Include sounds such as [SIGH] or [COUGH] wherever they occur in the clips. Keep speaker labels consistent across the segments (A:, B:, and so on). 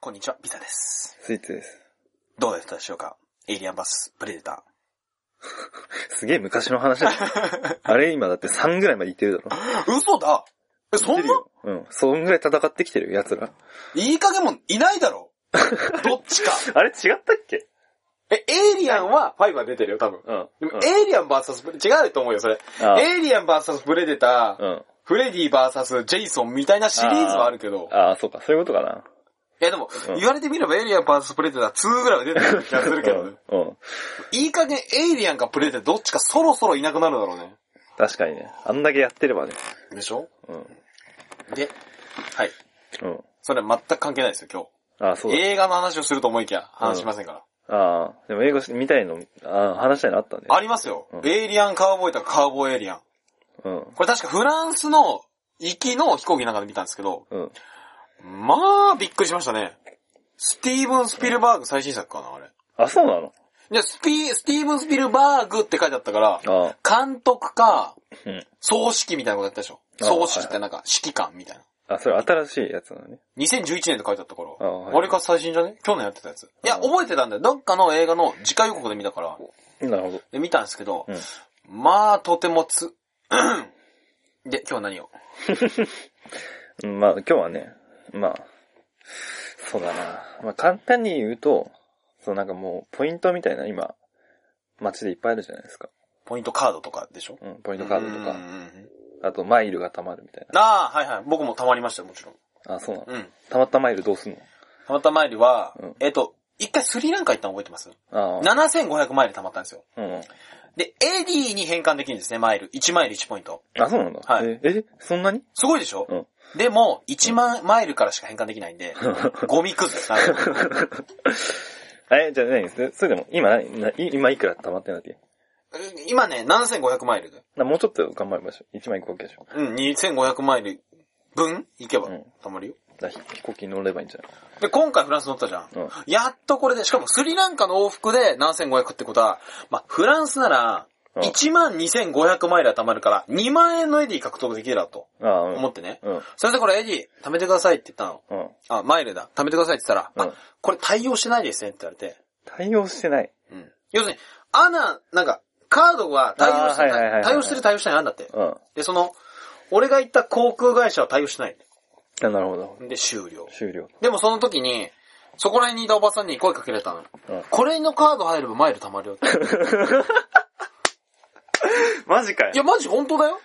A: こんにちは、ビザです。
B: スイーツです。
A: どうだったでしょうかエイリアンバス、プレデタ
B: すげえ昔の
A: [LAUGHS]
B: 話だね。あれ今だって3ぐらいまで行ってるだろ。
A: ー。嘘だえ、そん
B: 行ってる
A: な
B: ようん。そんぐらい戦ってきてるよ、奴ら。
A: いい加減もんいないだ [LAUGHS] ろどっちか。
B: あれ違ったっけ
A: え、エイリアンは5は出てるよ、多分。
B: うん。
A: でも、
B: うん
A: エイリアン VS プレ、違うと思うよ、それ。
B: あ
A: エイリアン VS プレデター、
B: うん。
A: フレディ VS ジェイソンみたいなシリーズはあるけど。
B: ああ、そうか、そういうことかな。
A: いやでも、
B: うん
A: 言われてみればエイリアン VS プレデター2ぐらいは出てる気がするけどね。
B: うん。うん。
A: いい加減エイリアンかプレデターどっちかそろそろいなくなるだろうね。
B: 確かにね。あんだけやってればね。
A: でしょ
B: うん。
A: で、はい。
B: うん。
A: それは全く関係ないですよ、今日。
B: ああ、そうだ。
A: 映画の話をすると思いきや、話しませんから。
B: ああ、でも英語し見たいの、ああ、話したいのあったんだよ。
A: ありますよ、
B: うん
A: エイリアンカウボーイとかカウボーイエイリアン。
B: うん。
A: これ確かフランスの行きの飛行機の中で見たんですけど、
B: うん。
A: まあ、びっくりしましたね。スティーブン・スピルバーグ最新作かな、あれ。
B: あ、そうなの
A: いや、スピ、スティーブン・スピルバーグって書いてあったから、
B: ああ、
A: 監督か、
B: うん。
A: 総指揮みたいなことやったでしょ。
B: あー
A: 総指揮ってなんか、指揮官みたいな。
B: あ、それ新しいやつなのね。
A: 2011年って書いてあったから、
B: あーはい
A: あれか最新じゃね去年やってたやつ。いや、
B: あー
A: 覚えてたんだよ。どっかの映画の次回予告で見たから、
B: なるほど。
A: で、見たんですけど、
B: うん
A: まあ、とてもつ、 [CLEARS THROAT] で、今日は何を
B: うんまあ今日はね、まあ、そうだな。まあ簡単に言うと、そうなんかもうポイントみたいな今、街でいっぱいあるじゃないですか。
A: ポイントカードとかでしょ
B: うん、ポイ
A: ポ
B: ントカードと
A: あ
B: か。あとマイルが貯まるみたい
A: あー、はいはい。僕も溜まりましたよ、もちろん。
B: な。あ、そうなの。
A: うん。
B: 貯まったマイルどうすんの
A: 溜まったマイルは、
B: うん
A: えっと、一回スリランカ行ったの覚えてます
B: ああ。
A: ?7500 マイル溜まったんですよ。
B: うん。
A: で、AD に変換できるんですね、マイル。1マイル1ポイント。
B: あ、そうなんだ。
A: はい
B: え、えそんなに
A: すごいでしょ、
B: うん
A: でも、1万マイルからしか変換できないんで、ゴミくずです。なん
B: [LAUGHS]
A: か
B: え、じゃあ何それそれでも、今何ない今いくら貯まってんだっけ
A: 今ね、7500マイルで。
B: なもうちょっと頑張りましょう。1万いくわけでしょ。
A: うん、2500マイル分行けば
B: うん
A: 溜まるよ。
B: だから飛飛行機に乗ればいいんじゃない
A: で、今回フランス乗ったじゃん。
B: うん
A: やっとこれで、しかもスリランカの往復で7500ってことは、まあ、フランスなら、
B: うん
A: 12,500マイル貯まるから、2万円のエディ獲得できるだと
B: ああ、うん。
A: 思ってね。
B: うん。
A: それでこれエディ、貯めてくださいって言ったの。
B: うん。
A: あ、マイルだ、貯めてくださいって言ったら、
B: うん
A: あ、これ対応してないですねって言われて。
B: 対応してない。
A: うん。要するに、アナ、なんか、カードは対応して
B: あーはいはいはいは
A: ない、
B: い
A: 対応してる対応してないなんだって。
B: うん。あ
A: で、その、俺が行った航空会社は対応してない。
B: なるほど。
A: で、終了。
B: 終了。
A: でもその時に、そこら辺にいたおばさんに声かけられたの。
B: うん。
A: これのカード入ればマイル貯まるよって。
B: [LAUGHS] マジかよ
A: いや、マジ本当だよ。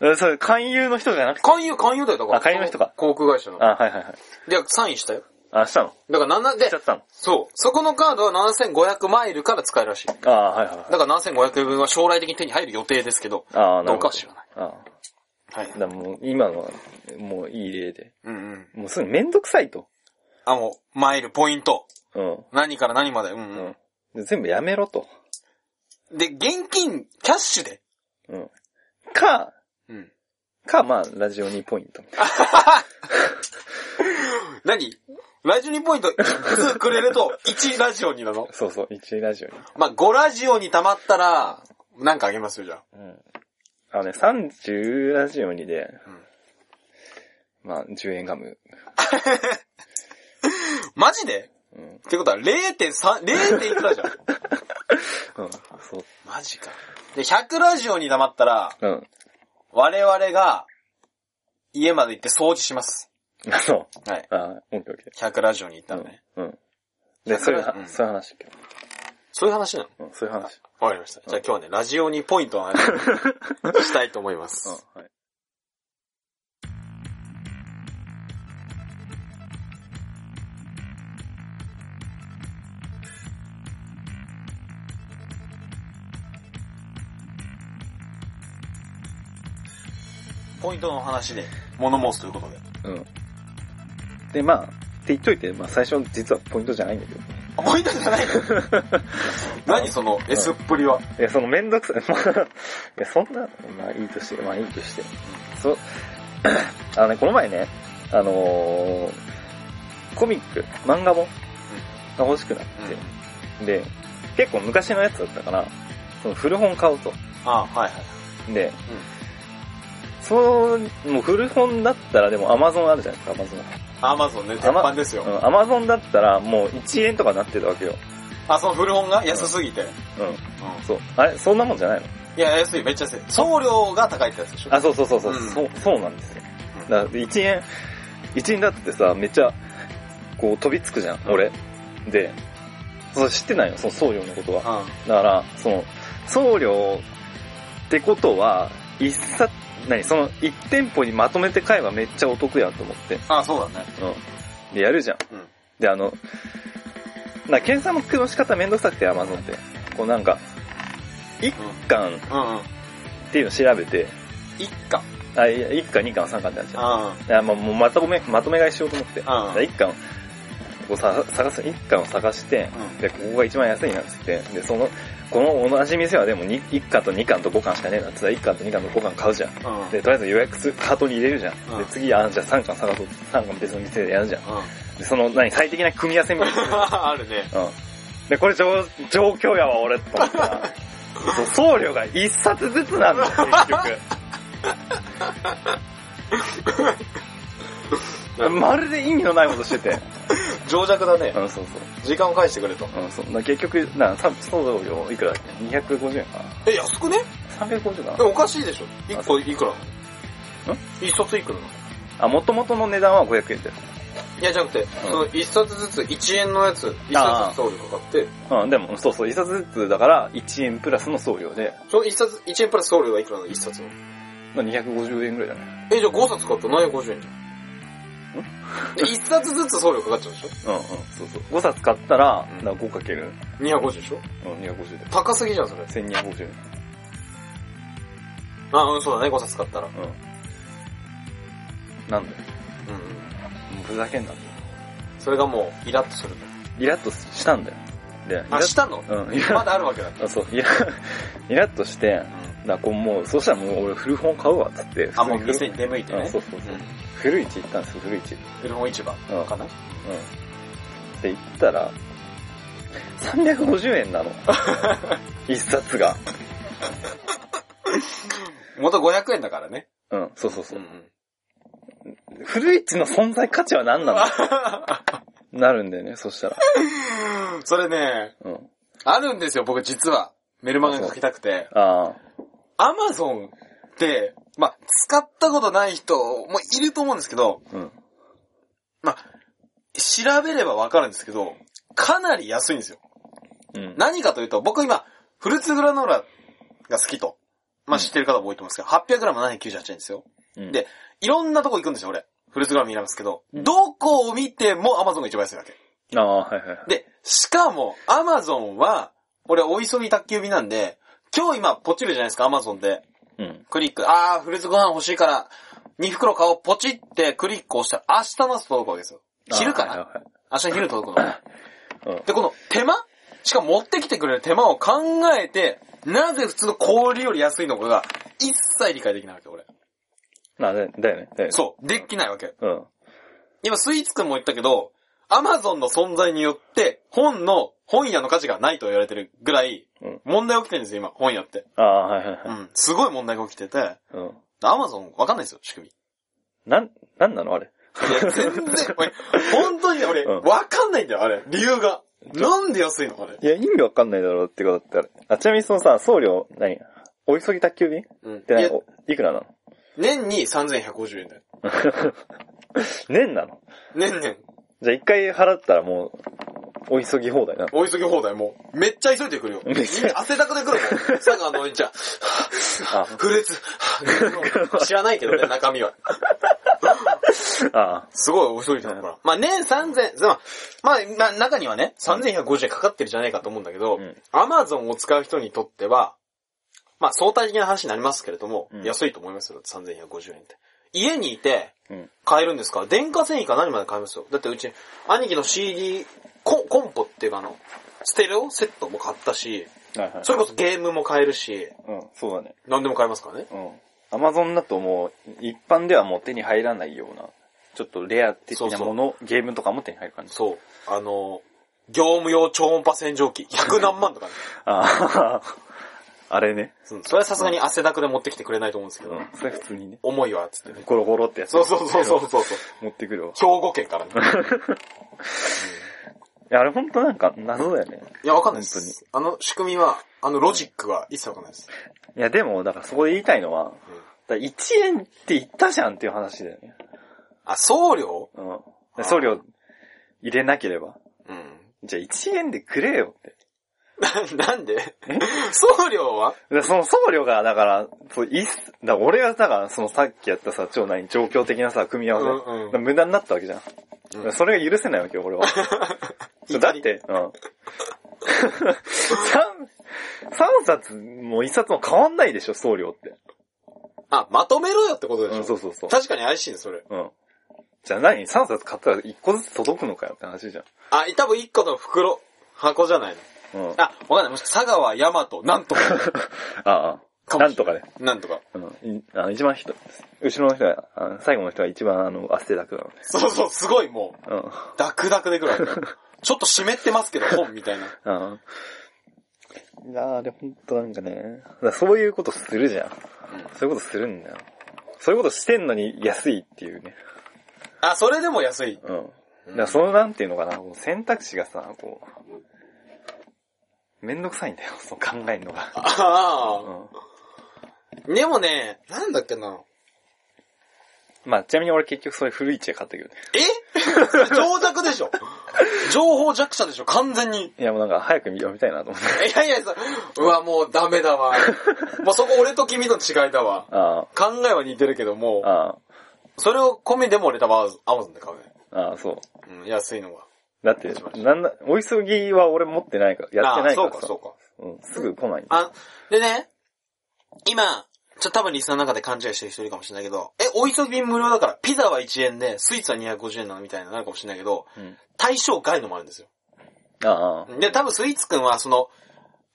B: えそれ、勧誘の人じゃなくて。
A: 勧誘、勧誘だよ、だから。
B: あ勧誘の人か
A: 航空会社の。
B: あ、はいはいはい。
A: で、サインしたよ。
B: あ、したの
A: だから7、で
B: しちゃ、ったの
A: そう。そこのカードは7500マイルから使えるらしい。だ
B: あはいはいはい。
A: から7500円分は将来的に手に入る予定ですけど、
B: ああ、なるほど。
A: どうかは知らない。
B: あ
A: はい
B: あ。。だからもう、今のは、もういい例で。
A: うんうん。
B: もうすぐめんどくさいと。
A: あ、もう、マイル、ポイント。
B: うん。
A: 何から何まで。うん
B: う。
A: うん
B: で全部やめろと。
A: ん。で、現金、キャッシュで。
B: うん。か、
A: うん。
B: か、まあ、ラジオ2ポイントみたい
A: 何ラジオ2ポイント1つくれると1ラジオになの
B: な。そうそう、1ラジオに。
A: まあ、5ラジオに溜まったら、なんかあげますよ、じゃあ。
B: うん。あのね、30ラジオにで、
A: ん
B: まあ、10円ガム。
A: マジで
B: うん。
A: ってことは0.3、0. いくらじゃん。
B: うん。そう。
A: [LAUGHS] マジか。で、100ラジオに黙ったら、
B: うん。 [LAUGHS]
A: 我々が、家まで行って掃除します。
B: あそう。
A: はい。
B: ああ、オッケーオッケー。
A: 100ラジオに行ったのね。
B: うん。うん。で、そういうは、
A: うん
B: そういう話だけ
A: そういう話なの
B: ど。うん、そういう話。
A: わかりました。じゃあ今日はね、ラジオにポイントの [LAUGHS] 話をしたいと思います。
B: うん、はい。
A: ポイントの話で物申すということで。
B: うん。で、まあ、って言っといて、まあ最初実はポイントじゃないんだけど。
A: あポイントじゃない [LAUGHS] の何その S っぷりは。
B: いや、そのめんどくさい。 [LAUGHS] まあ、いや、そんな、まあいいとして、まあいいとして。そう、 [COUGHS] あのね、この前ね、あのー、コミック、漫画本が欲しくなって、で、結構昔のやつだったから、その古本買おうと。
A: あはいはい。
B: で、そう、もう古本だったらでも Amazon あるじゃないですか、Amazon。
A: アマゾンね、鉄板ですよ。
B: アマゾンだったらもう1円とかなってたわけよ。
A: あ、その古本が安すぎて。うん。
B: うん。そう。あれそんなもんじゃないの
A: いや、安い、めっちゃ安い。送料が高いってやつでしょ。
B: あ、そうそうそうそう、
A: うん
B: そう、そうなんですよ。
A: うん
B: だから1円、1円だってさ、めっちゃ、こう飛びつくじゃん、俺。で、それ知ってないよ、その送料のことは。
A: うん。
B: だから、その、送料ってことは、一冊、何、その、一店舗にまとめて買えばめっちゃお得やんと思って。
A: あ、そうだね。
B: うん。で、やるじゃん。
A: うん
B: で、あの、な、計算の仕方めんどくさくて、アマゾンって。こうなんか、一
A: う
B: 巻っ
A: んうん。
B: ていうの調べて、
A: 一家。
B: あ、いや一巻、二巻、三巻ってあるじゃん。
A: うん。うん。
B: いや、まあ、もうまとめ、まとめ買いしようと思って。だから一巻、こうさ、探す、一巻を探して、で、ここが一番安いなっつって、で、その、この同じ店はでもに一巻と二巻と五巻しかねえなっつったら、一巻と二巻と五巻買うじゃん。
A: うん。うん。
B: で、とりあえず予約する、カートに入れるじゃん。
A: うん
B: で、次、あ、じゃあ三巻探そう。三巻別の店でやるじゃん。
A: うん。 [LAUGHS]
B: で、その、何、最適な組み合わせみたいな。
A: あるね。
B: うん。で、これ状、状況やわ、俺、と思ったら。
A: [LAUGHS]
B: そう送料が一冊ずつなんだよ、結局。まるで意味のないことしてて。
A: 情弱だね
B: う。ん、そう
A: 時間を返してくれと。
B: そう。うん、そう。な結局、な、多分送料いくらだっけ ?250 円か
A: え、安くね
B: な ?350 か
A: え、
B: な
A: おかしいでしょ。一個いくらなん一冊いくらなの
B: あ、元々の値段は500円だよ。
A: いや、じゃなくて、その一冊ずつ1円のやつ、一冊ずつ送料かかって、
B: うん、でも、そうそう、一冊ずつだから、1円プラスの送料で、
A: その一冊、1円プラス送料がいくらなの一冊の。
B: まあ250円ぐらいだね。
A: え、じゃあ5冊買ったら750円じゃん。で一冊ずつ送料かかっちゃうでしょ
B: うん、うん、そうそう。5冊買ったら、
A: うん
B: な5かける、
A: ?250 でしょ
B: うん、250で。
A: 高すぎじゃん、それ。
B: 1250円。
A: あ、うん、そうだね、5冊買ったら。うん。
B: うん。なんだよ。もうふざけんなって。
A: それがもう、イラッとすると。
B: イラッとしたんだよ。で、イラ
A: あ、
B: ッ
A: したの
B: うん、イ
A: ま
B: ラ
A: だあるわけだ。
B: ッ、そう、イラ、イラッとして、
A: うん。
B: な、こうもう、そしたらもう俺古本買うわ、っつって。
A: あ、もう
B: 普通
A: 店
B: に
A: に出向いて
B: 古本うん、
A: ね。。。
B: そうそうそううん古市行ったんですよ、古市。
A: 古本市場
B: うん。
A: かな
B: うん。で、行ったら、350円なの。
A: [LAUGHS]
B: 一冊が。
A: 元500円だからね。
B: うん、そうそうそう。
A: ん。
B: 古市の存在価値は何なのなるんだよね、そしたら。
A: それね、
B: うん。
A: あるんですよ、僕実は。メルマガに書きたくて。
B: あ
A: アマゾンって、まあ、使ったことない人もいると思うんですけど、
B: あ、うん。
A: まあ、調べればわかるんですけど、かなり安いんですよ。
B: うん。
A: 何かというと、僕今、フルーツグラノーラが好きと、まあ、知ってる方も多いと思うんですけど、800g798 円ですよ。
B: うん
A: で、いろんなとこ行くんですよ、俺。フルーツグラム見られますけど、どこを見てもアマゾンが一番安いわけ。
B: ああ、はいはいはい。
A: で、しかも、アマゾンは、俺、お急ぎ宅急便なんで、今日今、ポチるじゃないですか、アマゾンで。
B: うん。
A: クリック、あー、フルーツご飯欲しいから、2袋買おう、ポチってクリックをしたら、明日の朝届くわけですよ。昼か
B: ああ
A: な
B: はいはい
A: 明日の昼届くの。
B: はい [LAUGHS] うん
A: で、この手間しかも持ってきてくれる手間を考えて、なぜ普通の氷より安いのかが、一切理解できないわけ、俺。
B: まあ、だよね。だよね。
A: そう、できないわけ。
B: う。うん。
A: 今、スイーツくんも言ったけど、アマゾンの存在によって、本の、本屋の価値がないと言われてるぐらい
B: うん、
A: 問題起きてるんですよ、今、本屋って。
B: ああ、はいはいは
A: う
B: い。
A: ん。すごい問題が起きてて、
B: うん。
A: アマゾンわかんないですよ、仕組み。
B: なん、なんなのあれ。
A: いや、全然、俺、本当にね俺、
B: うん
A: わかんないんだよ、あれ。理由が。なんで安いの、あれ。
B: いや、意味わかんないだろうってことだってあれ。あ、ちなみにそのさ、送料、何お急ぎ宅急便っ
A: うん。い
B: て何
A: や、
B: おいくらなの
A: 年に3150円だよ。
B: 年なの
A: 年々。
B: じゃあ一回払ったらもう、お急ぎ放題なの。
A: お急ぎ放題もう。めっちゃ急いでくるよ。
B: め
A: み
B: っちゃ
A: んな汗だくで来るもん。佐川のお兄
B: [LAUGHS]
A: ちゃん。
B: あ
A: フルーツ。 [LAUGHS] 知らないけどね、中身は。
B: あ、
A: すごい急いでたから。まあ年3000、まあ、まあ、まあ中にはね、3150円かかってるじゃないかと思うんだけど
B: うん、
A: アマゾンを使う人にとっては、まあ相対的な話になりますけれども
B: う、ん
A: 安いと思いますよ、3150円って。家にいて、
B: うん。
A: 買えるんですから、電化繊維か何まで買えますよ。だってうち、兄貴の CD、ココンポっていうかあの、ステレオセットも買ったし、
B: はいはい。
A: それこそゲームも買えるし、
B: うん、そうだね。
A: 何でも買えますからね。
B: うん。アマゾンだともう、一般ではもう手に入らないような、ちょっとレア的
A: そう
B: な
A: そう
B: もの、ゲームとかも手に入る感じ。
A: そう。あの、業務用超音波洗浄機、100何万とかね。
B: ああ、 [LAUGHS] あれね。
A: うんそれはさすがに汗だくで持ってきてくれないと思うんですけど、
B: うん。それ普通にね、
A: 重いわ、つってね。
B: ゴロゴロってやつ
A: そうそうそうそうそう。
B: 持ってくるわ。
A: 兵庫県からね。うん
B: いや、あれほんとなんか謎だよね。
A: いや、わかんないです。あの仕組みは、あのロジックは一切わかんないです。
B: いや、でも、だからそこで言いたいの
A: う
B: は、
A: ん
B: だ1円って言ったじゃんっていう話だよね。
A: あ、送料
B: うん。で送料入れなければ。
A: うん。 [LAUGHS]
B: じゃあ1円でくれよって。
A: なんで送料は
B: で、その送料が、だから、そう、いっす、だから俺がだから、そのさっきやったさ、超何、状況的なさ、組み合わせ。
A: うんうん
B: だから無駄になったわけじゃん。
A: うん
B: だからそれが許せないわけよ、
A: [LAUGHS]
B: 俺は。そうだって、うん。3三冊も1冊も変わんないでしょ、送料って。
A: あ、まとめろよってことでし
B: う
A: ょ、
B: ん、そうそうそう。
A: 確かに怪しいね、それ。
B: うん。じゃあ何 ?3 冊買ったら1個ずつ届くのかよって話じゃん。
A: あ、多分一個の袋、箱じゃないの。
B: うん。 [LAUGHS] あ
A: あ、わかんない。もしかして佐川、大和、なんとか。
B: あ
A: かもしれな
B: ないんとかね。
A: なんとか。
B: うん。いあの、一番人、後ろの人が、あの最後の人が一番あの、汗だくなのね。
A: そうそう、すごいもう、
B: うん。
A: ダクダクでくらい。ち
B: [LAUGHS]
A: ょっと湿ってますけど、本みたいな。
B: ああ。いやーあれほんとなんかね、だからそういうことするじゃん。そういうことするんだよ。そういうことしてんのに安いっていうね。
A: あ、それでも安い。
B: うん。だからそのなんていうのかな、こう選択肢がさ、こう、めんどくさいんだよ、そう考えるのが。う
A: [LAUGHS] あ
B: ん。
A: あ。でもね、なんだっけな。
B: まあ、ちなみに俺結局それ古いチで買ったけどね。
A: え [LAUGHS] 情弱でしょ情報弱者でしょ完全に。
B: いや、もうなんか早く読みたいなと思って。
A: いやいや、さうわ、もうダメだ [LAUGHS] わ。もうそこ俺と君と違いだわ。
B: [LAUGHS] あ
A: 考えは似てるけど
B: あ、
A: も、
B: あ
A: それを込みでも俺多分アマゾンで買うね。
B: あ、ああ、そう。
A: うん、安いのが。
B: だって、なんだ、お急ぎは俺持ってないから、やってないからさ。
A: あ、そうか、そうか。
B: うん、すぐ来ないんだ。
A: あ、でね、今、ちょっと多分リスナーの中で勘違いしてる人いるかもしれないけど、え、お急ぎ無料だから、ピザは1円で、スイーツは250円なのみたいな、なるかもしれないけど、
B: うん。
A: 対象外のもあるんですよ。
B: ああ、
A: で、多分スイーツくんは、その、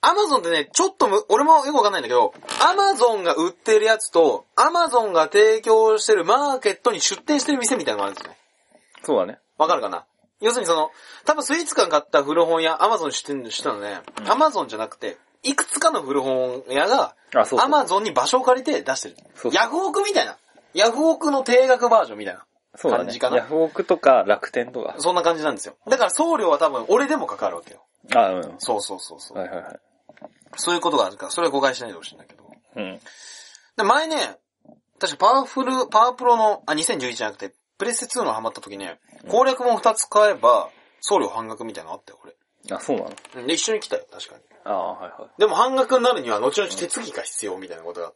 A: アマゾンでね、ちょっとむ、俺もよくわかんないんだけど、アマゾンが売ってるやつと、アマゾンが提供してるマーケットに出店してる店みたいなのがあるんですよね。
B: そうだね。
A: わかるかな要するにその、多分スイーツ館買った古本屋、アマゾン出店したのね、
B: うん
A: アマゾンじゃなくて、いくつかの古本屋が、
B: あ、そうそう。
A: アマゾンに場所を借りて出してる。
B: そうそう
A: ヤフオクみたいな。ヤフオクの定額バージョンみたいな。
B: そうだ
A: 感
B: ね
A: じか。な
B: ヤフオクとか楽天とか。
A: そんな感じなんですよ。だから送料は多分俺でもかかるわけよ。
B: あうん。は
A: そうそうそうそう。
B: いはいはい。
A: そういうことがあるから、それは誤解しないでほしいんだけど。
B: うん。
A: で、前ね、確かパワフル、パワープロの、あ、2011じゃなくて、プレステ2のハマった時ね、攻略本2つ買えば、送料半額みたいなのあったよ、俺。
B: あ、そうなの
A: うんで、一緒に来たよ、確かに。
B: ああ、はいは
A: でも半額になるには、後々手続きが必要みたいなことが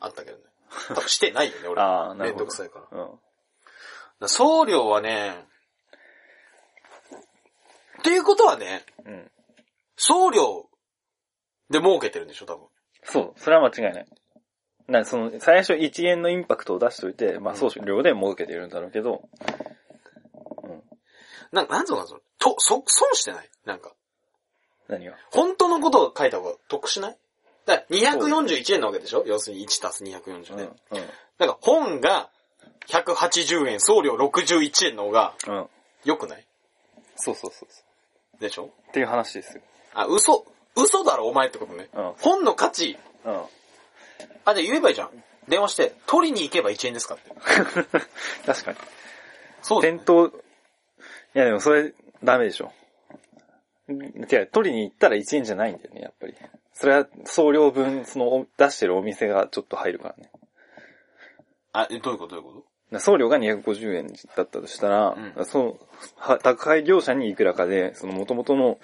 A: あった
B: [LAUGHS]
A: けどね。多分してないよね、俺。
B: あーなるほど
A: めんどくさいから。だか
B: い。うん。
A: ら送料はね、っていうことはね、
B: うん。
A: 送料で儲けてるんでしょ、多分。
B: そう、それは間違いない。な、その、最初1円のインパクトを出しといて、まあ、
A: うん
B: 送料で儲けているんだろうけど、
A: なんか、なんつうのかな、それ。と、そ、損してないなんか。
B: 何が
A: 本当のことを書いた方が得しないだから241円なわけでしょ要するに1たす240
B: うん。
A: ね。
B: うん。
A: だから本が180円、送料61円の方が
B: うん。
A: 良くない
B: そうそうそうそう。
A: でしょ
B: っていう話ですよ。
A: あ、嘘、嘘だろお前ってことね。
B: [LAUGHS] うん
A: 本の価値、
B: うん。
A: あ、じゃあ言えばいいじゃん。電話して、取りに行けば1円ですかって。
B: 確かに。
A: そうだよ
B: 店
A: ね
B: 頭、いやでもそれ、ダメでしょ。てか、取りに行ったら1円じゃないんだよね、やっぱり。それは、送料分、その、お出してるお店がちょっと入るからね。
A: あ、えどういうことどういうこ
B: だから送料が250円だったとしたら、
A: うん
B: その、は宅配業者にいくらかで、その元々の、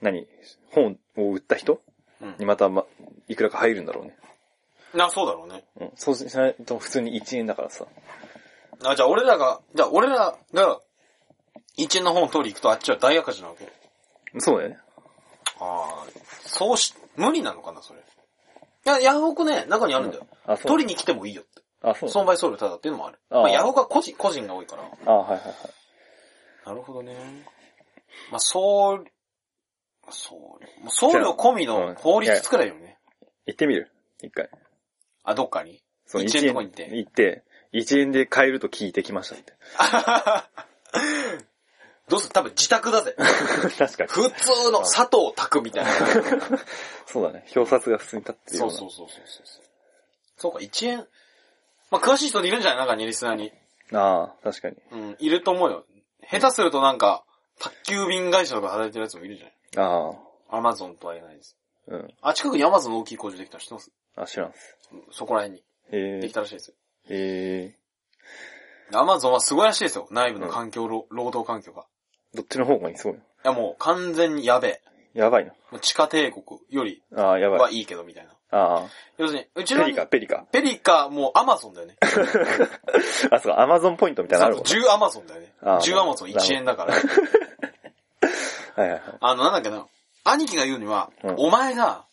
B: 何、本を売った人
A: と
B: にまた、ま、いくらか入るんだろうね。
A: うん。あ、そうだろうね。
B: うん。そうしないと普通に1円だからさ。
A: あ、じゃあ俺らが、じゃあ俺らが、1円の本を取りに行くとあっちは大赤字なわけ。
B: そうだよね。
A: ああ、そうし、無理なのかな、それ。いや、ヤフオクね、中にあるんだよ。
B: うんあそう
A: 取りに来てもいいよって。
B: あ、そう
A: その場合送料タダっていうのもある。
B: あー
A: まあ、ヤフオクは個人、個人が多いから。
B: あ、はいはいはい。
A: なるほどね。まあ、送料、送料、もう送料込み
B: う
A: の
B: ん
A: 法律作れよね。
B: 行ってみる一回。
A: あ、どっかに。
B: その
A: 一円のとこに行って [LAUGHS]
B: 行って、1円で買えると聞いてきましたって。
A: どうする多分自宅だぜ。
B: 確かに。
A: 普通の佐藤拓みたいな。
B: そうだね。表札が普通に立ってるよ
A: そうう
B: な。
A: そうそうそうそう。そうか、1円。まあ、詳しい人いるんじゃない中にリスナーに。
B: ああ、確かに。
A: うん、いると思うよ。下手するとなんか、宅急便会社とか働いてるやつもいるんじゃない
B: ああ、
A: アマゾンとは言えないです。
B: うん。
A: あ、近くにアマゾンの大きい工場できたの知ってます
B: あ、知らんっす。
A: そこら辺に。
B: へ
A: で
B: え
A: き。たらしいですよ。
B: へえ。
A: アマゾンはすごいらしいですよ。内部の環境、労労働環境が。
B: どっちの方がいいそうよ。
A: いやもう完全にやべえ。
B: やばいな。
A: もう地下帝国より
B: ああ、やば。
A: はいいいけどみたいな。
B: ああ、
A: 要するに、うち
B: ペ
A: の、
B: リカ、ペリカ。
A: ペリカもうアマゾンだよね。
B: あ、そうか、アマゾンポイントみたいなのあるもんね。
A: 10アマゾンだよね。
B: あー
A: 10アマゾン1円だから。
B: はいはいはい。
A: あの、なんだっけな。兄貴が言うには、
B: うん
A: お前が、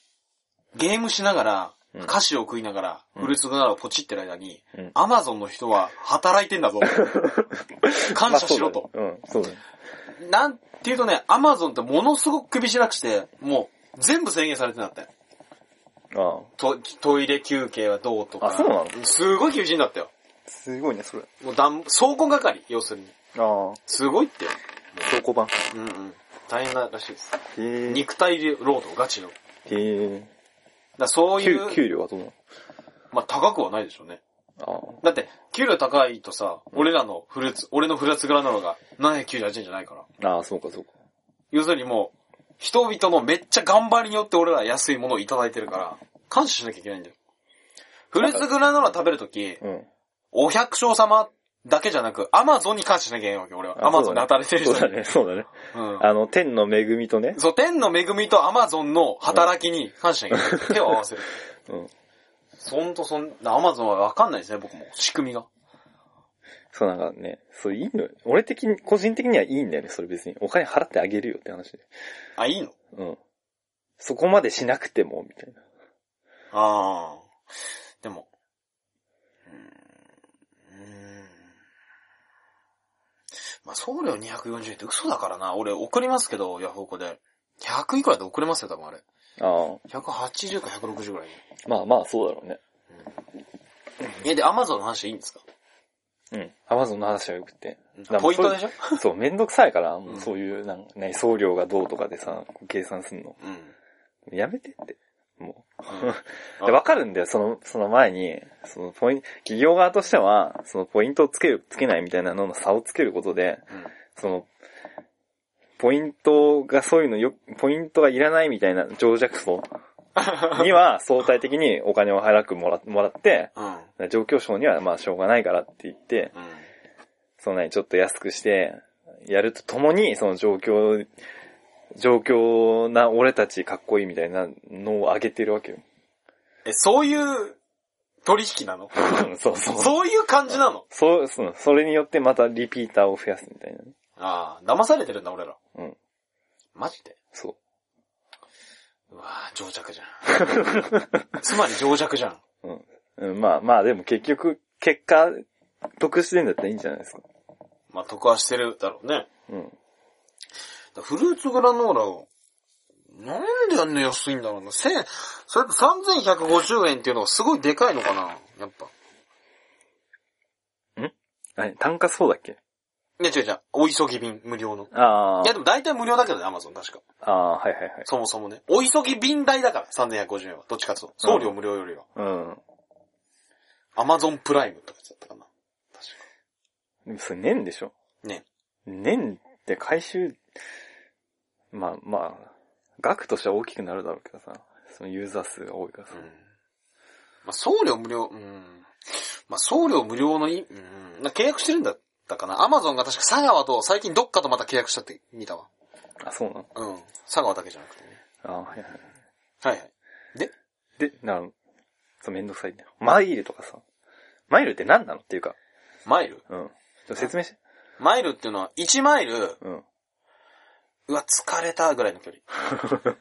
A: ゲームしながら、
B: うん
A: 歌詞を食いながら、
B: うん
A: フルーツなをポチってる間に、
B: うん
A: アマゾンの人は働いてん
B: [LAUGHS]
A: だぞ。感謝しろと。
B: まあ。そうだね
A: なんていうとね、アマゾンってものすごく首しなくして、もう全部制限されてんだったよ。
B: うん、そうだね。ああ。
A: トトイレ休憩はどうとか。
B: あそうな
A: すごい厳しいんだったよ。係
B: すごいね、それ。
A: もうだん、倉庫係、要するに。
B: ああ、
A: すごいってよ。
B: 倉庫版。
A: うんうん。大変らしいです。
B: へえ。
A: 肉体労働、ガチの。だか
B: へえ。
A: らそうい
B: 給
A: う、
B: 給料はどうなの
A: まあ高くはないでしょうね。
B: あ
A: だって、給料高いとさ、俺らのフルーツ、俺のフルーツグラノーラが798円じゃないから。
B: あ、ああ、そうかそうか。
A: 要するにもう、人々のめっちゃ頑張りによって俺ら安いものをいただいてるから、感謝しなきゃいけないんだよ。フルーツグラノーラ食べるとき、
B: うん。
A: お百姓様だけじゃなく、アマゾンに感謝しなきゃいけないわけ、俺は。アマゾンで働いてる人
B: [LAUGHS] そうだね、そうだね。
A: うん。
B: あの、天の恵みとね、
A: そう、天の恵みとアマゾンの働きに感謝しなきゃいけない。手を合わせる。
B: うん。
A: そんとそん、アマゾンはわかんないですね、僕も。仕組みが。
B: そうなんかね、そういいのよ俺的に、個人的にはいいんだよね、それ別に。お金払ってあげるよって話で。
A: あ、いいの
B: うん。そこまでしなくても、みたいな。
A: ああ。でも。うーんうーんまあ、送料240円って嘘だからな。俺送りますけど、ヤフオクで。100いくらで送れますよ、多分あれ。
B: ああ。
A: 180か160ぐらいで。
B: まあまあ、そうだろうね。
A: え、で、アマゾンの話いいんですか
B: うん。アマゾンの話はよく
A: [LAUGHS]
B: て。
A: ポイントで
B: し
A: しょ
B: ょそう、めんどくさいから、も
A: うん
B: うそういう、なんかね、送料がどうとかでさ、こう計算すんの。
A: うん。
B: やめてって。も
A: うん
B: う。でわかるんだよ、その、その前に、そのポイント、企業側としては、そのポイントをつける、つけないみたいなのの差をつけることで、
A: うん
B: その、ポイントがそういうのよ、ポイントがいらないみたいな情弱 [LAUGHS] 層には相対的にお金を払くもらもらって、
A: うん。
B: 上京賞にはまあしょうがないからって言って、
A: うん。
B: そのね、ちょっと安くして、やるとともに、その状況、状況な俺たちかっこいいみたいなのを上げてるわけよ。 [LAUGHS]
A: え、そういう取引なの
B: そうそう。そう、
A: そういう感じなの
B: そうその、それによってまたリピーターを増やすみたいなね。
A: ああ、騙されてるんだ、俺ら。
B: うん。
A: マジで
B: そう。
A: うわぁ、情弱じゃん。つまり情弱じゃん。
B: うん、まあまあ、でも結局、結果、得してんだったらいいんじゃないですか。
A: まあ、得はしてるだろうね。
B: うん。
A: フルーツグラノーラを、なんであんな安いんだろうな。千、それと3150円っていうのがすごいでかいのかなやっぱ。
B: 何単価そうだっけ
A: いや違う違う、お急ぎ便無料の。
B: あ
A: いやでも大体無料だけどね、アマゾン確か。
B: あ、ああー、はいはい
A: そもそもね。お急ぎ便代だから、3150円は。どっちかというと。送料無料よりは。
B: はい。
A: アマゾンプライムとかだったかな。確
B: うん。でもそれ年でしょ
A: か。ね。
B: 年って回収、まあまあ、額としては大きくなるだろうけどさ、そのユーザー数が多いからさ
A: うん。。まあ、送料無料、うん。まあ、送料無料のい、うん。な契約してるんだったかな。アマゾンが確か佐川と最近どっかとまた契約したって見たわ。
B: あ、そうなの
A: うん。佐川だけじゃなくてね。
B: ああ、はいはい。
A: はいはい。で
B: で、なるそう、めんどくさいんだよ。マイルとかさ、マイルって何なのっていうか、
A: マイル
B: うん。ちょ説明して。
A: マイルっていうのは、1マイル、
B: うん。
A: うわ、疲れたぐらいの距離。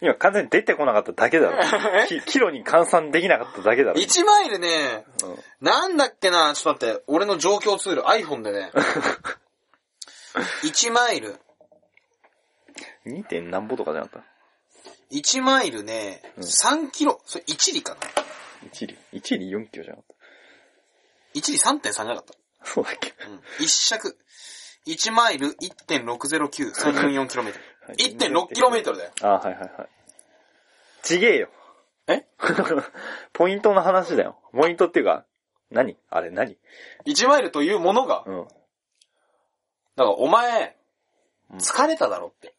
B: 今完全に出てこなかっただけだ [LAUGHS] ろ。キキロに換算できなかっただけだろ。
A: 1マイルね、
B: うん
A: なんだっけな、ちょっと待って、俺の状況ツール、iPhone [LAUGHS] でね。1マイル、
B: 2. 点何歩とかじゃなかっ
A: 1マイルね、
B: うん
A: 3キロ、それ1里かな
B: た ?1 里。1里4キロじゃなかっ
A: ?1 里3.3じゃなかった
B: た。そうだっけ
A: うん一尺。 1マイル 1.609344km。
B: はい
A: 1.6km だよ。
B: あーはいはいはい。ちげえよ。
A: え
B: [LAUGHS] ポイントの話だよ。ポイントっていうか、何あれ何
A: ?1 マイルというものが、
B: うん。
A: だからお前
B: うん、
A: 疲れただろって。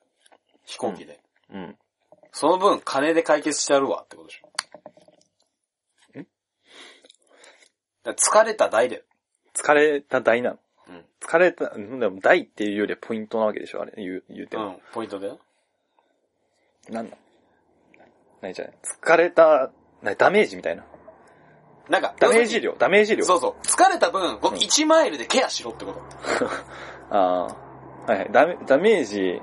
A: 飛行機で。
B: うん。
A: その分、金で解決してやるわってことでしょ。
B: ん
A: だから疲れた代で。
B: 疲れた台なの。
A: うん。
B: 疲れた、うんでも台っていうよりはポイントなわけでしょあれ、言う、言うて
A: う
B: も。
A: ん、ポイントだよ。
B: なんだ何じゃない疲れた、なダメージみたいな。
A: なんか、
B: ダメージ量、ダメージ量。
A: そうそう。疲れた分、この1マイルでケアしろってこと。
B: ああ。はいはい。ダメ、ダメージ、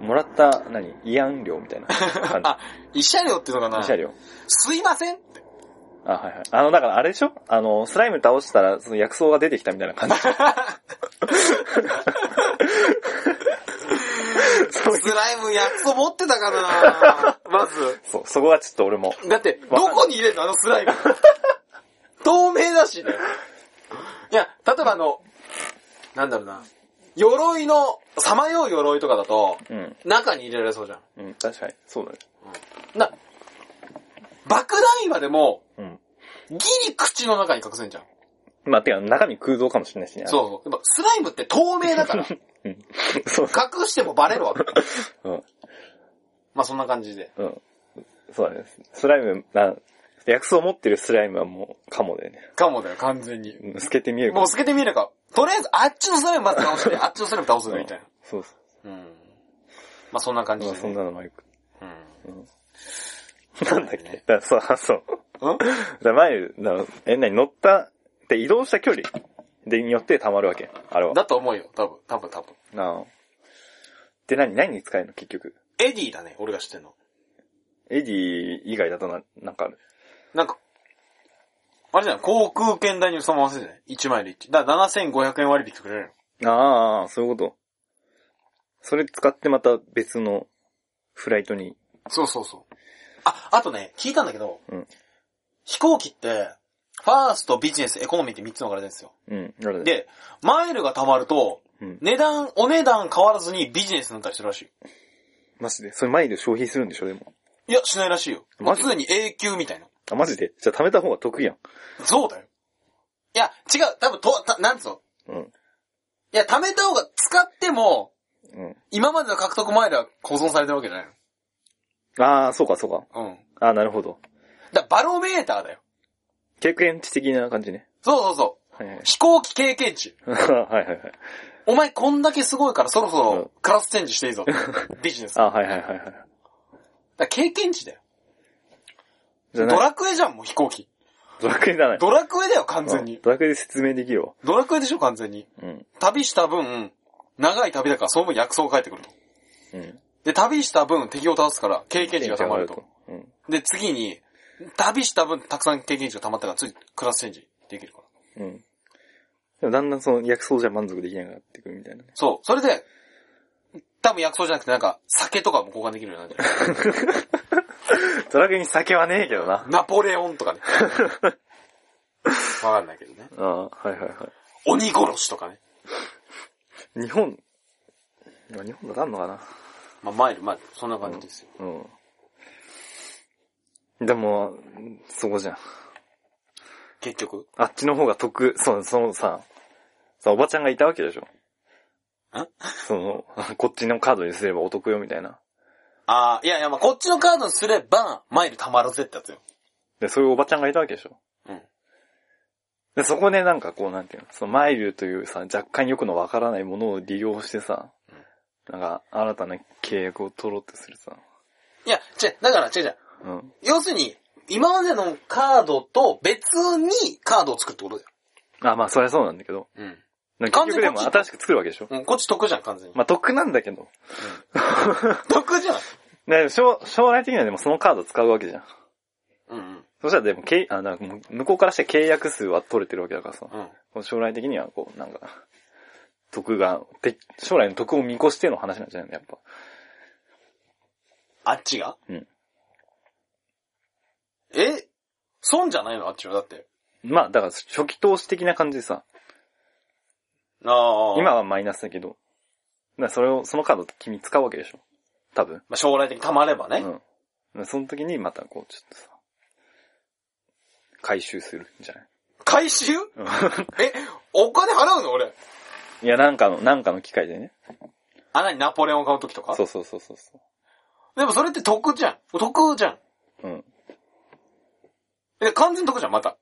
B: もらった、何慰安量みたいな感
A: あ、一車両っていうのか
B: じ。
A: な
B: 慰謝料。
A: すいま
B: [LAUGHS]
A: せんって。
B: あ、はいはい。あの、だからあれでしょあの、スライム倒したら、その薬草が出てきたみたいな [LAUGHS] 感じ。そう
A: スライム薬草持ってたかな
B: [LAUGHS]
A: まず。
B: そう、そこはちょっと俺も。
A: だって、
B: わ
A: ど
B: かんない
A: こに入れんのあのスライ
B: [LAUGHS]
A: ム。透明だしね。いや、例えばあの、なんだろうな。鎧の、さまよう鎧とかだと、
B: うん。
A: 中に入れられそうじゃん。
B: うん、確かに。そうだね。
A: な、爆弾岩でも、
B: うん。
A: ギリ口の中に隠せんじゃん。
B: まあ、てか、中身空洞かもしれないしね。
A: そうそう。やっぱスライムって透明だ
B: [LAUGHS]
A: から、
B: う。うん。そうそ
A: 隠してもバレるわけ。
B: う。うん。
A: まあそんな感じで。
B: うん。そうだね。スライム、な、薬草を持ってるスライムはもう、カモだよね。
A: かもだよ、完全に。
B: うん透けて見えるか
A: も
B: も
A: う透けてみるか。とりあえず、あっちのスライムまず倒して、あっちのスライム倒すみたい
B: そうそ
A: な。うん。まあそんな感
B: う。
A: じ
B: まあ、
A: で、
B: そん
A: ね。
B: なのもよく。
A: う
B: なんだっけ。だからそう、あそう。
A: ん。ん
B: だマイル、だえ、なに乗った、で、移動した距離で、によって溜まるわけ。あれは。
A: だと思うよ、多分、多分、多分。
B: なあ。で、何、何に使えるの結局。
A: エディだね、俺が知ってんの。
B: エディ以外だとな、なんかある。
A: なんか、あれじゃない、航空券代にそのまませじゃない ?1 枚で1。だから7500円割引くれるの。
B: ああ、そういうこと。それ使ってまた別のフライトに。
A: そうそうそう。あ、あとね、聞いたんだけど、
B: うん
A: 飛行機って、ファースト、ビジネス、エコノミーって3つの分かれてるんですよ。
B: うん、なるで。
A: で、マイルが溜まると、
B: うん。
A: 値段、お値段変わらずにビジネスになったりするらし
B: マジで。それマイル消費するんでしょ、でも。
A: い。いや、しないらしいよ。もう
B: マジ
A: 常に永久みたいな。
B: あ、マジでじゃあ貯めた方が得やん。
A: そうだよ。いや、違う、多分、と、たなんつうの。
B: うん。
A: いや、貯めた方が使っても、
B: うん。
A: 今までの獲得マイルは保存されてるわけじゃない
B: ああ、そうか、そうか。
A: の。うん。
B: ああ、なるほど。
A: だからバロメーターだよ。
B: 経験値的な感じね。
A: そうそうそ。。
B: はいはいう
A: 飛行機経験値。
B: はいはい [LAUGHS] はい。
A: お前こんだけすごいからそろそ
B: うん
A: ろクラスチェンジしていいぞ。
B: [LAUGHS]
A: ビジネス。
B: あ
A: だか
B: あ、はいはいはいはい。
A: ら経験値だよ。
B: じゃ
A: ド
B: あない
A: ラクエじゃん、もう飛行機。
B: ドラクエじゃない。
A: ドラクエだよ、完全
B: うん
A: に。
B: ドラクエで説明できるわ。
A: ドラクエでしょ、完全に。
B: うん。
A: 旅した分、長い旅だからその分薬草が帰ってくると。
B: うん。
A: で、旅した分敵を倒すから経験値が溜まると。。
B: うん。
A: で、次に、旅した分たくさん経験値が溜まったから、ついクラスチェンジできるから。
B: うん。でもだんだんその薬草じゃ満足できなくなってくるみたいなね。
A: そう。それで、多分薬草じゃなくてなんか酒とかも交換できるようになるんじゃ [LAUGHS] ない。
B: [LAUGHS] ドラクエに酒はねえけどな。
A: ナポレオンとかね。わかんないけどね。
B: ああ、はいはいは
A: 鬼殺しとかね。
B: い。日本、まあ日本だとあんのかな。
A: まあ、マイル、マイル、そんな感じですよ。
B: うん。でも、そこじゃん。
A: 結局。
B: あっちの方が得、そう、そのさ、さ、おばちゃんがいたわけでしょ。
A: ん
B: その、こっちのカードにすればお得よみたいな。
A: ああ、いやいや、まあ、こっちのカードにすれば、マイル貯まるぜってやつよ。
B: で、そういうおばちゃんがいたわけでしょ。
A: うん。
B: で、そこでなんかこう、なんていうの、そのマイルというさ、若干よくのわからないものを利用してさ、なんか、新たな契約を取ろうとするさ。
A: いや、違う、だから、違う違う。
B: うん。
A: 要するに、今までのカードと別にカードを作るってことだよ。
B: あ、まあ、そりゃそうなんだけど。
A: うん。
B: なんか結局で
A: 完全に
B: も
A: こっち
B: 新しく作るわけでしょ。
A: うん、こっち得じゃん、完全に。
B: まあ、得なんだけど。
A: 得じゃん。
B: ね、将将来的にはでもそのカード使うわけじゃん。
A: うんうん。
B: そしたらでも、けいあなんかもう向こうからして契約数は取れてるわけだからさ。
A: うん。
B: 将来的にはこう、なんか、得が、て将来の得を見越しての話なんじゃないのやっぱ。
A: あっちが
B: うん。
A: え損じゃないのあっちは、だって。
B: まあ、だから初期投資的な感じでさ。
A: ああ。
B: 今はマイナスだけど。だからそれを、そのカード君使うわけでしょ多分。
A: まあ、将来的に溜まればね。
B: うん。だからその時にまたこう、ちょっとさ、回収するんじゃない
A: 回収
B: うん
A: え、お金払うの俺。
B: いや、なんかの、なんかの機会でね。
A: あ、なにナポレオン買う時とか
B: そうそうそうそうそ
A: でもそれって得じゃん。得じゃん。
B: う。うん。
A: え、完全に得じゃん、また。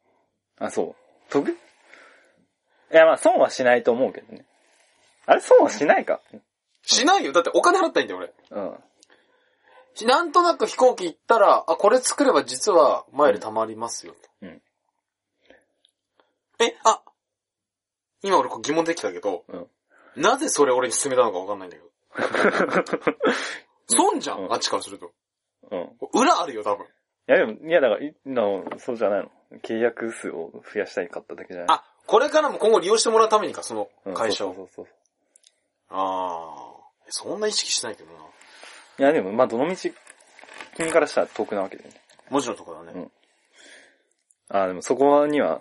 B: あ、そう。得いや、まあ、損はしないと思うけどね。あれ、損はしないか。
A: しないよ。だってお金払ったらいいんだよ、俺。
B: うん。 [LAUGHS]
A: しなんとなく飛行機行ったら、あ、これ作れば実はマイル貯まりますよ。
B: うん
A: え、あ、今俺こう疑問できたけど、
B: うん。
A: なぜそれ俺に勧めたのかわかんないんだけど。損じゃん、
B: うん
A: あっちからすると。
B: うん。い
A: 裏あるよ、多分。
B: や、でも、いや、だから、いの、そうじゃないの。契約数を増やしたいかっただけじゃない
A: あ、これからも今後利用してもらうためにか、そ
B: うん
A: の会社を。
B: そうそうそうそ
A: ああ。そんな意識してないけどな。
B: う。いや、でも、まあ、どの道、君からしたら得なわけだよね。
A: もちろんとこだね。
B: あでも、そこには、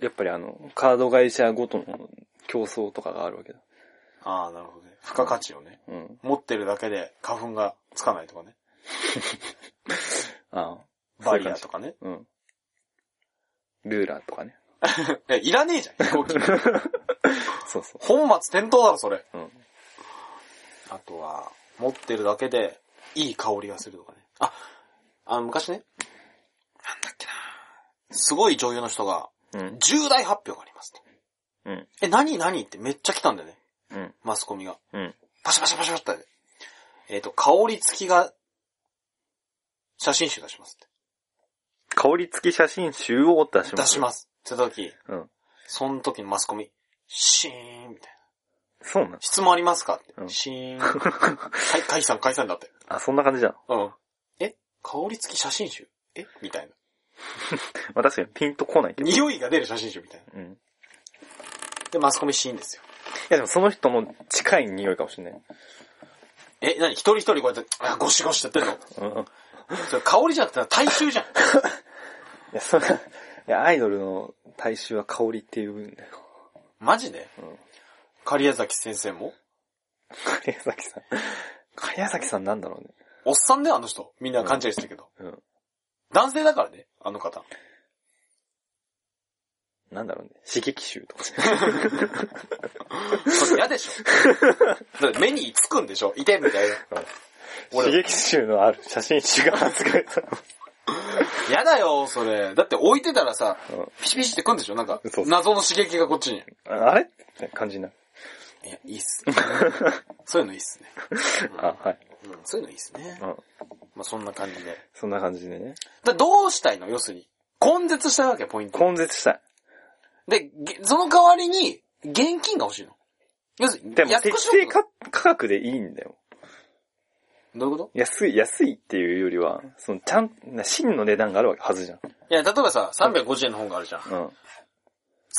B: やっぱりあの、カード会社ごとの競争とかがあるわけだ。
A: ああ、なるほどね。付加価値をね。
B: うん。
A: 持ってるだけで花粉がつかないとかね。
B: ああ。
A: バリア
B: そういう感じ
A: とかね。
B: うん。ルーラーとかね。
A: え、いらねえじゃん、飛行 [LAUGHS] 機。
B: そうそ
A: 本末転倒だろ、それ。
B: う。うん。
A: あとは、持ってるだけで、いい香りがするとかね。あ、あの、昔ね。なんだっけなすごい女優の人が、
B: うん。
A: 重大発表がありますと。
B: うん。
A: え、何何ってめっちゃ来たんだよね。
B: うん。
A: マスコミが。
B: うん。
A: パシャパシャパシャパシャって。えっ、と、香り付きが、写真集出しますっ。
B: 香り付き写真集を出してま
A: 出
B: す。
A: し
B: す。
A: ます。って時、
B: うん。
A: その時のマスコミ、シーンみたいな。
B: そうなの
A: 質問ありますかって。
B: うん
A: シーン。はい、解散、解散だって。
B: あ、そんな感じじゃん。
A: うん。え香り付き写真集えみたいな。
B: まあ確かにピンとこないけど。
A: 匂いが出る写真集みたいな。
B: うん。い
A: で、マスコミシーンですよ。
B: やでもその人も近い匂いかもしれない。
A: え、何一人一人こうやって、あ、ゴシゴシってやって
B: うん。い
A: ん
B: [LAUGHS]
A: のそれ香りじゃなくて体臭じゃん。
B: や、それ、いや、アイドルの体臭は香りっていうんだよ。
A: マジで
B: うん。
A: 狩矢崎先生も
B: 狩矢崎さん。狩矢崎さんなんだろうね。
A: おっさんだよ、あの人。みんな勘違いしてるけど。
B: うん。
A: 男性だからね、あの方。
B: なんだろうね。刺激臭とか。
A: それ嫌でし
B: [LAUGHS]
A: ょ。だって目につくんでしょ。痛いみたいな。
B: 刺激臭のある写真集が発売された。
A: 嫌だよ、それ。だって置いてたらさ、
B: うん
A: ピシピシってくんでしょなんか
B: そうそう、
A: 謎の刺激がこっちに。い
B: あれって感じになる。
A: や、いいっ
B: [LAUGHS]
A: す。そういうのいいっすね。
B: あ、はい。
A: うん、そういうのいいっすね
B: う。ん。
A: まあそんな感じで。
B: そんな感じでね。
A: だどうしたいの要するに。根絶したいわけ、ポイント。
B: 根絶したい。
A: で、げその代わりに、現金が欲しいの。要するに、
B: でも、
A: 役
B: 適
A: 所
B: 正価価格でいいんだよ。
A: どういうこ
B: 安い、安いっていうよりは、その、ちゃん、な真の値段があるわけはずじゃん。
A: といや、例えばさ、350円の本があるじゃん。
B: うん。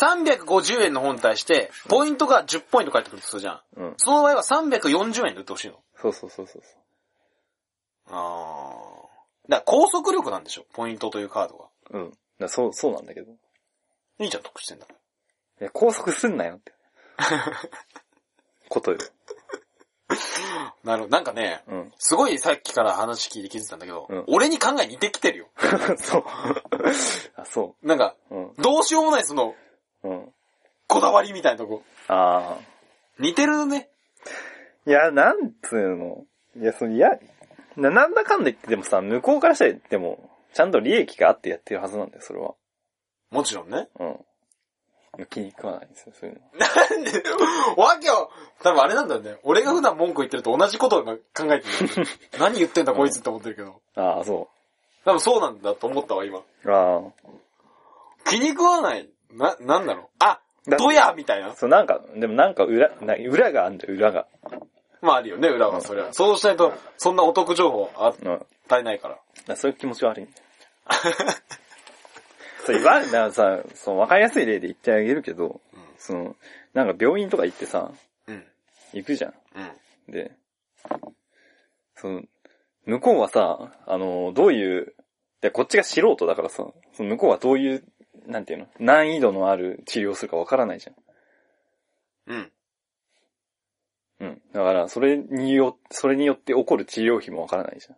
A: 350円の本に対して、ポイントが10ポイント返ってくるとするじゃん。
B: うん。
A: その場合は340円で売ってほしいの。
B: そうそうそうそうそ
A: あー。だから高速力なんでしょポイントというカードが。
B: う。うん。だそう、そうなんだけど。
A: いいじゃん、得してんだから。
B: いや、拘束すんなよって。ことよ。
A: なるほど。なんかね、
B: うん。 [LAUGHS]
A: すごいさっきから話聞いて気づいたんだけど、
B: うん
A: 俺に考え似てきてるよ。
B: そう。あ、そ
A: なんか、
B: う。うん。
A: どうしようもないその、
B: うん。
A: こだわりみたいなとこ。
B: ああ。
A: 似てるね。
B: いや、なんつうの。いや、その、いや、な、なんだかんだ言ってでもさ、向こうからしたら、でも、ちゃんと利益があってやってるはずなんだよ、それは。
A: もちろんね。
B: うん。気に食わないんですよ、そういうの。
A: なんで、わけを、多分あれなんだよね。俺が普段文句言ってると同じことを考えて
B: [LAUGHS]
A: る。何言ってんだこいつって思ってるけど。
B: ああ、そ
A: 多分そうなんだと思ったわ、今。
B: う。ああ。
A: 気に食わない。な、なんだろう。あ、
B: だ
A: ドヤみたいな。
B: そう、なんか、でもなんか裏、な裏があるんだよ、裏が。
A: まああるよね、裏はそれは。そうしないと、そんなお得情報与
B: うん。だか
A: えないから。
B: らそういう気持
A: [LAUGHS]
B: ち悪いんだよ。そう、いわゆる、だからさ、その、わかりやすい例で言ってあげるけど、
A: うん
B: その、なんか病院とか行ってさ、
A: うん。
B: 行くじゃん。
A: うん。
B: で、その、向こうはさ、あの、どういう、で、こっちが素人だからさ、その向こうはどういう、なんていうの、難易度のある治療をするかわからないじゃん。
A: うん。
B: うん。だから、それによ、それによって起こる治療費もわからないじゃん。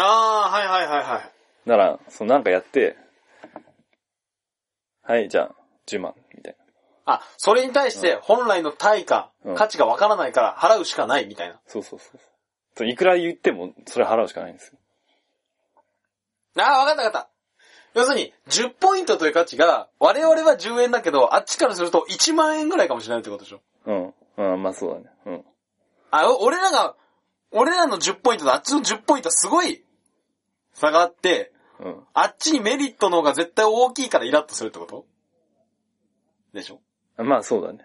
A: ああ、はいはいはいはい。
B: だから、そのなんかやって、はい、じゃあ、10万、みたいな。
A: あ、それに対して本来の対価、
B: うん
A: 価値がわからないから払うしかないみたいな。
B: そうそうそうそう。いくら言っても、それ払うしかないんですよ。
A: ああ、わかったわかった。要するに、10ポイントという価値が、我々は10円だけど、あっちからすると1万円ぐらいかもしれないってことでしょ。
B: うん。うん、まあそうだね。うん。
A: あ、お俺らが、俺らの10ポイントとあっちの10ポイントはすごい差があって、
B: うん。
A: あっちにメリットの方が絶対大きいからイラッとするってことでしょ
B: まあそうだね。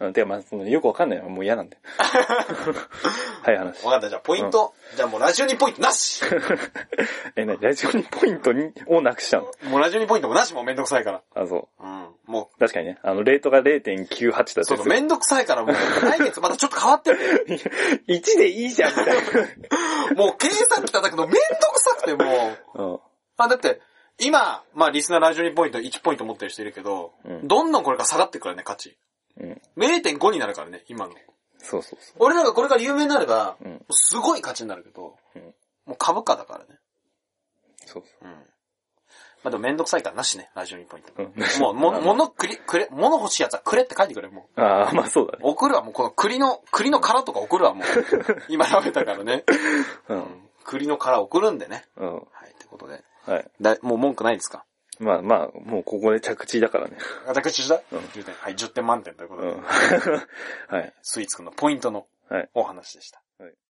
B: うん、てかまあその、よくわかんないよ。もう嫌なんで。
A: [LAUGHS]
B: はい、話。
A: わかった、じゃあポイント。じゃあもうラジオにポイントなし
B: [LAUGHS] え、なにラジオにポイントにをなくしちゃうの
A: もうラジオにポイントもなし、もうめんどくさいから。
B: あ、そう。
A: うん。も
B: 確かにね。あの、レートが0.98だった
A: う、
B: りす
A: そうそ
B: る
A: う、
B: [LAUGHS]
A: めんどくさいからもう、来月またちょっと変わってて、
B: 1でいいじゃん、みたい
A: [LAUGHS] もう計算機叩くのめんどくさくてもう、
B: な。うん。
A: あ、だって、今、まあ、リスナーラジオにポイント1ポイント持ってる人いるけど、
B: うん
A: どんどんこれから下がってくからね、価値。
B: うん。
A: 0.5になるからね、今の。
B: そうそうそ
A: 俺らがこれから有名になれば、
B: う。うん。
A: すごい価値になるけど、
B: うん
A: もう株価だからね。
B: そう
A: うん。まあ、でもめんどくさいからなしね、ラジオにポイント。
B: そう。うん。
A: もう、も、
B: も
A: 物くり、くれ、物欲しいやつはくれって書いてくれ、もう。
B: [LAUGHS] ああ、まあそうだね。
A: 送るわ、もうこの栗の、栗の殻とか送る
B: [LAUGHS]
A: わ、もう。今食べたからね。
B: う。
A: うんん。栗の殻送るんでね。
B: うん。
A: はい、ってことで。
B: はい。
A: だ、もう文句ないですか
B: まあまあ、もうここで着地だからね。
A: 私だ、
B: うん
A: 10点。はい、10点満点というこ
B: う
A: とで。
B: [LAUGHS] ん。はい。
A: スイーツくんのポイントの
B: はい。
A: お話でした。